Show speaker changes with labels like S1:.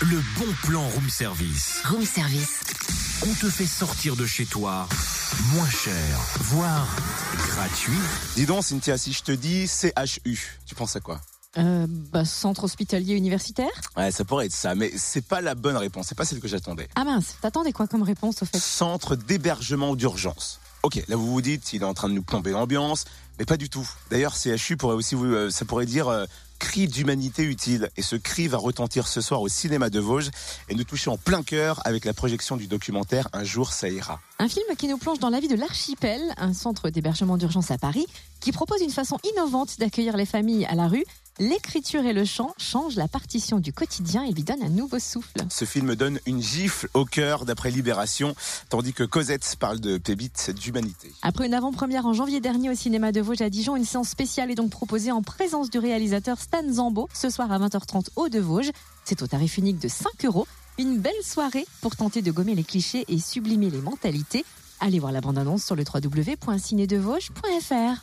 S1: Le bon plan room service.
S2: Room service.
S1: On te fait sortir de chez toi moins cher, voire gratuit.
S3: Dis donc, Cynthia, si je te dis CHU, tu penses à quoi
S4: Euh, bah, centre hospitalier universitaire
S3: Ouais, ça pourrait être ça, mais c'est pas la bonne réponse, c'est pas celle que j'attendais.
S4: Ah mince, t'attendais quoi comme réponse au fait
S3: Centre d'hébergement d'urgence. Ok, là vous vous dites, il est en train de nous plomber l'ambiance, mais pas du tout. D'ailleurs, CHU pourrait aussi, vous- euh, ça pourrait dire euh, cri d'humanité utile. Et ce cri va retentir ce soir au cinéma de Vosges et nous toucher en plein cœur avec la projection du documentaire Un jour ça ira.
S4: Un film qui nous plonge dans la vie de l'archipel, un centre d'hébergement d'urgence à Paris, qui propose une façon innovante d'accueillir les familles à la rue. L'écriture et le chant changent la partition du quotidien et lui donnent un nouveau souffle.
S3: Ce film donne une gifle au cœur d'après Libération, tandis que Cosette parle de pébite d'humanité.
S4: Après une avant-première en janvier dernier au cinéma de Vosges à Dijon, une séance spéciale est donc proposée en présence du réalisateur Stan Zambo ce soir à 20h30 au De Vosges. C'est au tarif unique de 5 euros. Une belle soirée pour tenter de gommer les clichés et sublimer les mentalités. Allez voir la bande-annonce sur le www.cinédevosges.fr.